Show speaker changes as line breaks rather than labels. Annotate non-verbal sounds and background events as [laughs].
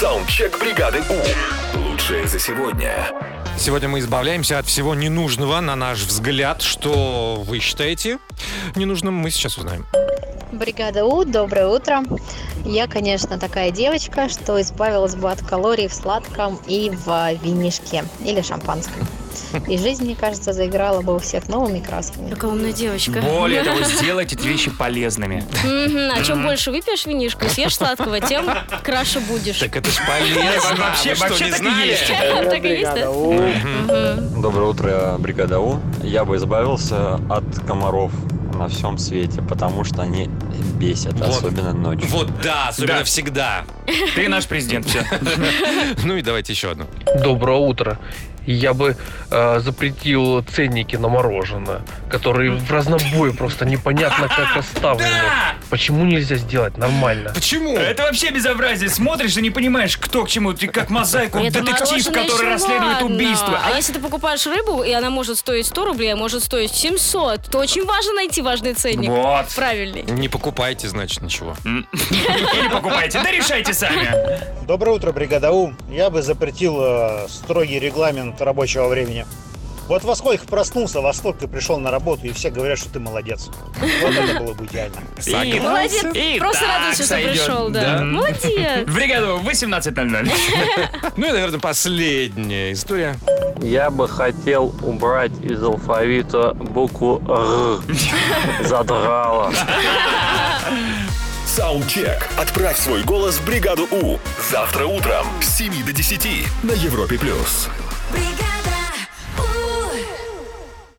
Саундчек бригады У. Лучшее за сегодня.
Сегодня мы избавляемся от всего ненужного, на наш взгляд. Что вы считаете ненужным, мы сейчас узнаем.
Бригада У, доброе утро. Я, конечно, такая девочка, что избавилась бы от калорий в сладком и в винишке или шампанском. И жизнь, мне кажется, заиграла бы у всех новыми красками.
Какая умная девочка.
Более
[laughs]
того, сделать эти вещи полезными.
Мгм, А чем больше выпьешь винишку, съешь сладкого, тем краше будешь.
Так это ж полезно.
Вообще-
Вы что,
вообще
не
так и
знали?
есть.
[laughs] Так и есть, да? Мгм.
Доброе утро, бригада У. Я бы избавился от комаров на всем свете, потому что они бесят,
Вот.
особенно ночью.
Вот да, особенно
Да.
всегда.
Ты наш президент, [laughs] все.
Ну и давайте еще одну.
Доброе утро. Я бы э, запретил ценники на мороженое, которые в разнобой просто непонятно как оставлены. Почему нельзя сделать нормально?
Почему?
Это вообще безобразие. Смотришь и не понимаешь, кто к чему. Ты как мозаику,
Нет,
детектив,
мороженое
который
еще
расследует
ладно.
убийство.
А если ты покупаешь рыбу, и она может стоить 100 рублей, а может стоить 700, то очень важно найти важный ценник.
Вот.
Правильный.
Не покупайте, значит, ничего.
Или покупайте, да решайте сами.
Доброе утро, бригада У. Я бы запретил э, строгий регламент рабочего времени. Вот во сколько проснулся, во сколько пришел на работу, и все говорят, что ты молодец. Вот это было бы идеально.
И-
Молодец.
и
Просто
так
радуйся, что
сойдет.
пришел, да.
Да.
Молодец.
Бригаду 18.00.
Ну и, наверное, последняя история.
Я бы хотел убрать из алфавита букву
[laughs]
Р. Задрало.
Саундчек. Отправь свой голос в бригаду У. Завтра утром с 7 до 10 на Европе+. плюс.
бригада.